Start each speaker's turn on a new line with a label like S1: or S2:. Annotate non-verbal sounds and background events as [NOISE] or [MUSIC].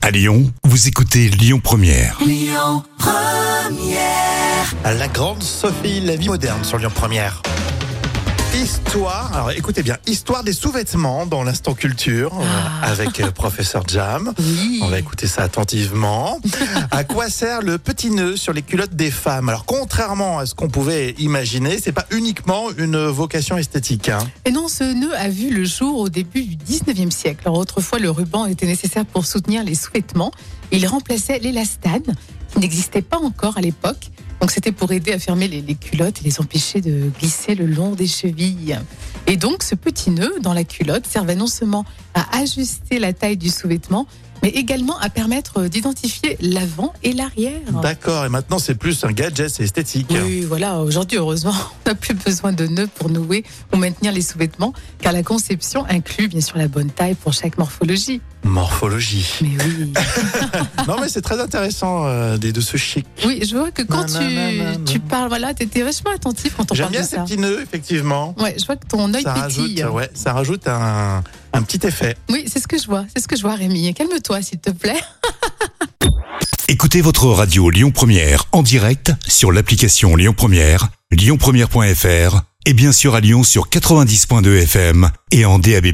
S1: À Lyon, vous écoutez Lyon Première.
S2: La grande Sophie, la vie moderne sur Lyon Première. Histoire, alors écoutez bien, histoire des sous-vêtements dans l'instant culture euh, avec euh, professeur Jam. On va écouter ça attentivement. à quoi sert le petit nœud sur les culottes des femmes Alors contrairement à ce qu'on pouvait imaginer, c'est pas uniquement une vocation esthétique. hein.
S3: Et non, ce nœud a vu le jour au début du 19e siècle. Alors autrefois, le ruban était nécessaire pour soutenir les sous-vêtements. Il remplaçait l'élastane, qui n'existait pas encore à l'époque. Donc c'était pour aider à fermer les, les culottes et les empêcher de glisser le long des chevilles. Et donc ce petit nœud dans la culotte servait non seulement à ajuster la taille du sous-vêtement, mais également à permettre d'identifier l'avant et l'arrière.
S2: D'accord, et maintenant c'est plus un gadget, c'est esthétique.
S3: Oui, voilà, aujourd'hui, heureusement, on n'a plus besoin de nœuds pour nouer ou maintenir les sous-vêtements, car la conception inclut bien sûr la bonne taille pour chaque morphologie. [LAUGHS]
S2: Morphologie.
S3: Mais oui,
S2: non mais c'est très intéressant euh, des- de ce chic.
S3: oui je vois que quand
S2: Nanana.
S3: tu, tu parles, voilà, tu étais vachement attentif quand on
S2: J'aime
S3: parle de
S2: bien ces
S3: ça.
S2: petits nœuds, effectivement.
S3: Ouais, je vois que ton œil
S2: Ça rajoute,
S3: pétille.
S2: ouais, ça rajoute un- un petit effet.
S3: Oui, c'est ce que je vois, c'est ce que je vois, Rémi. Calme-toi, s'il te plaît.
S1: Écoutez votre radio Lyon Première en direct sur l'application Lyon Première, lyonpremière.fr et bien sûr à Lyon sur 90.2 FM et en DAB+.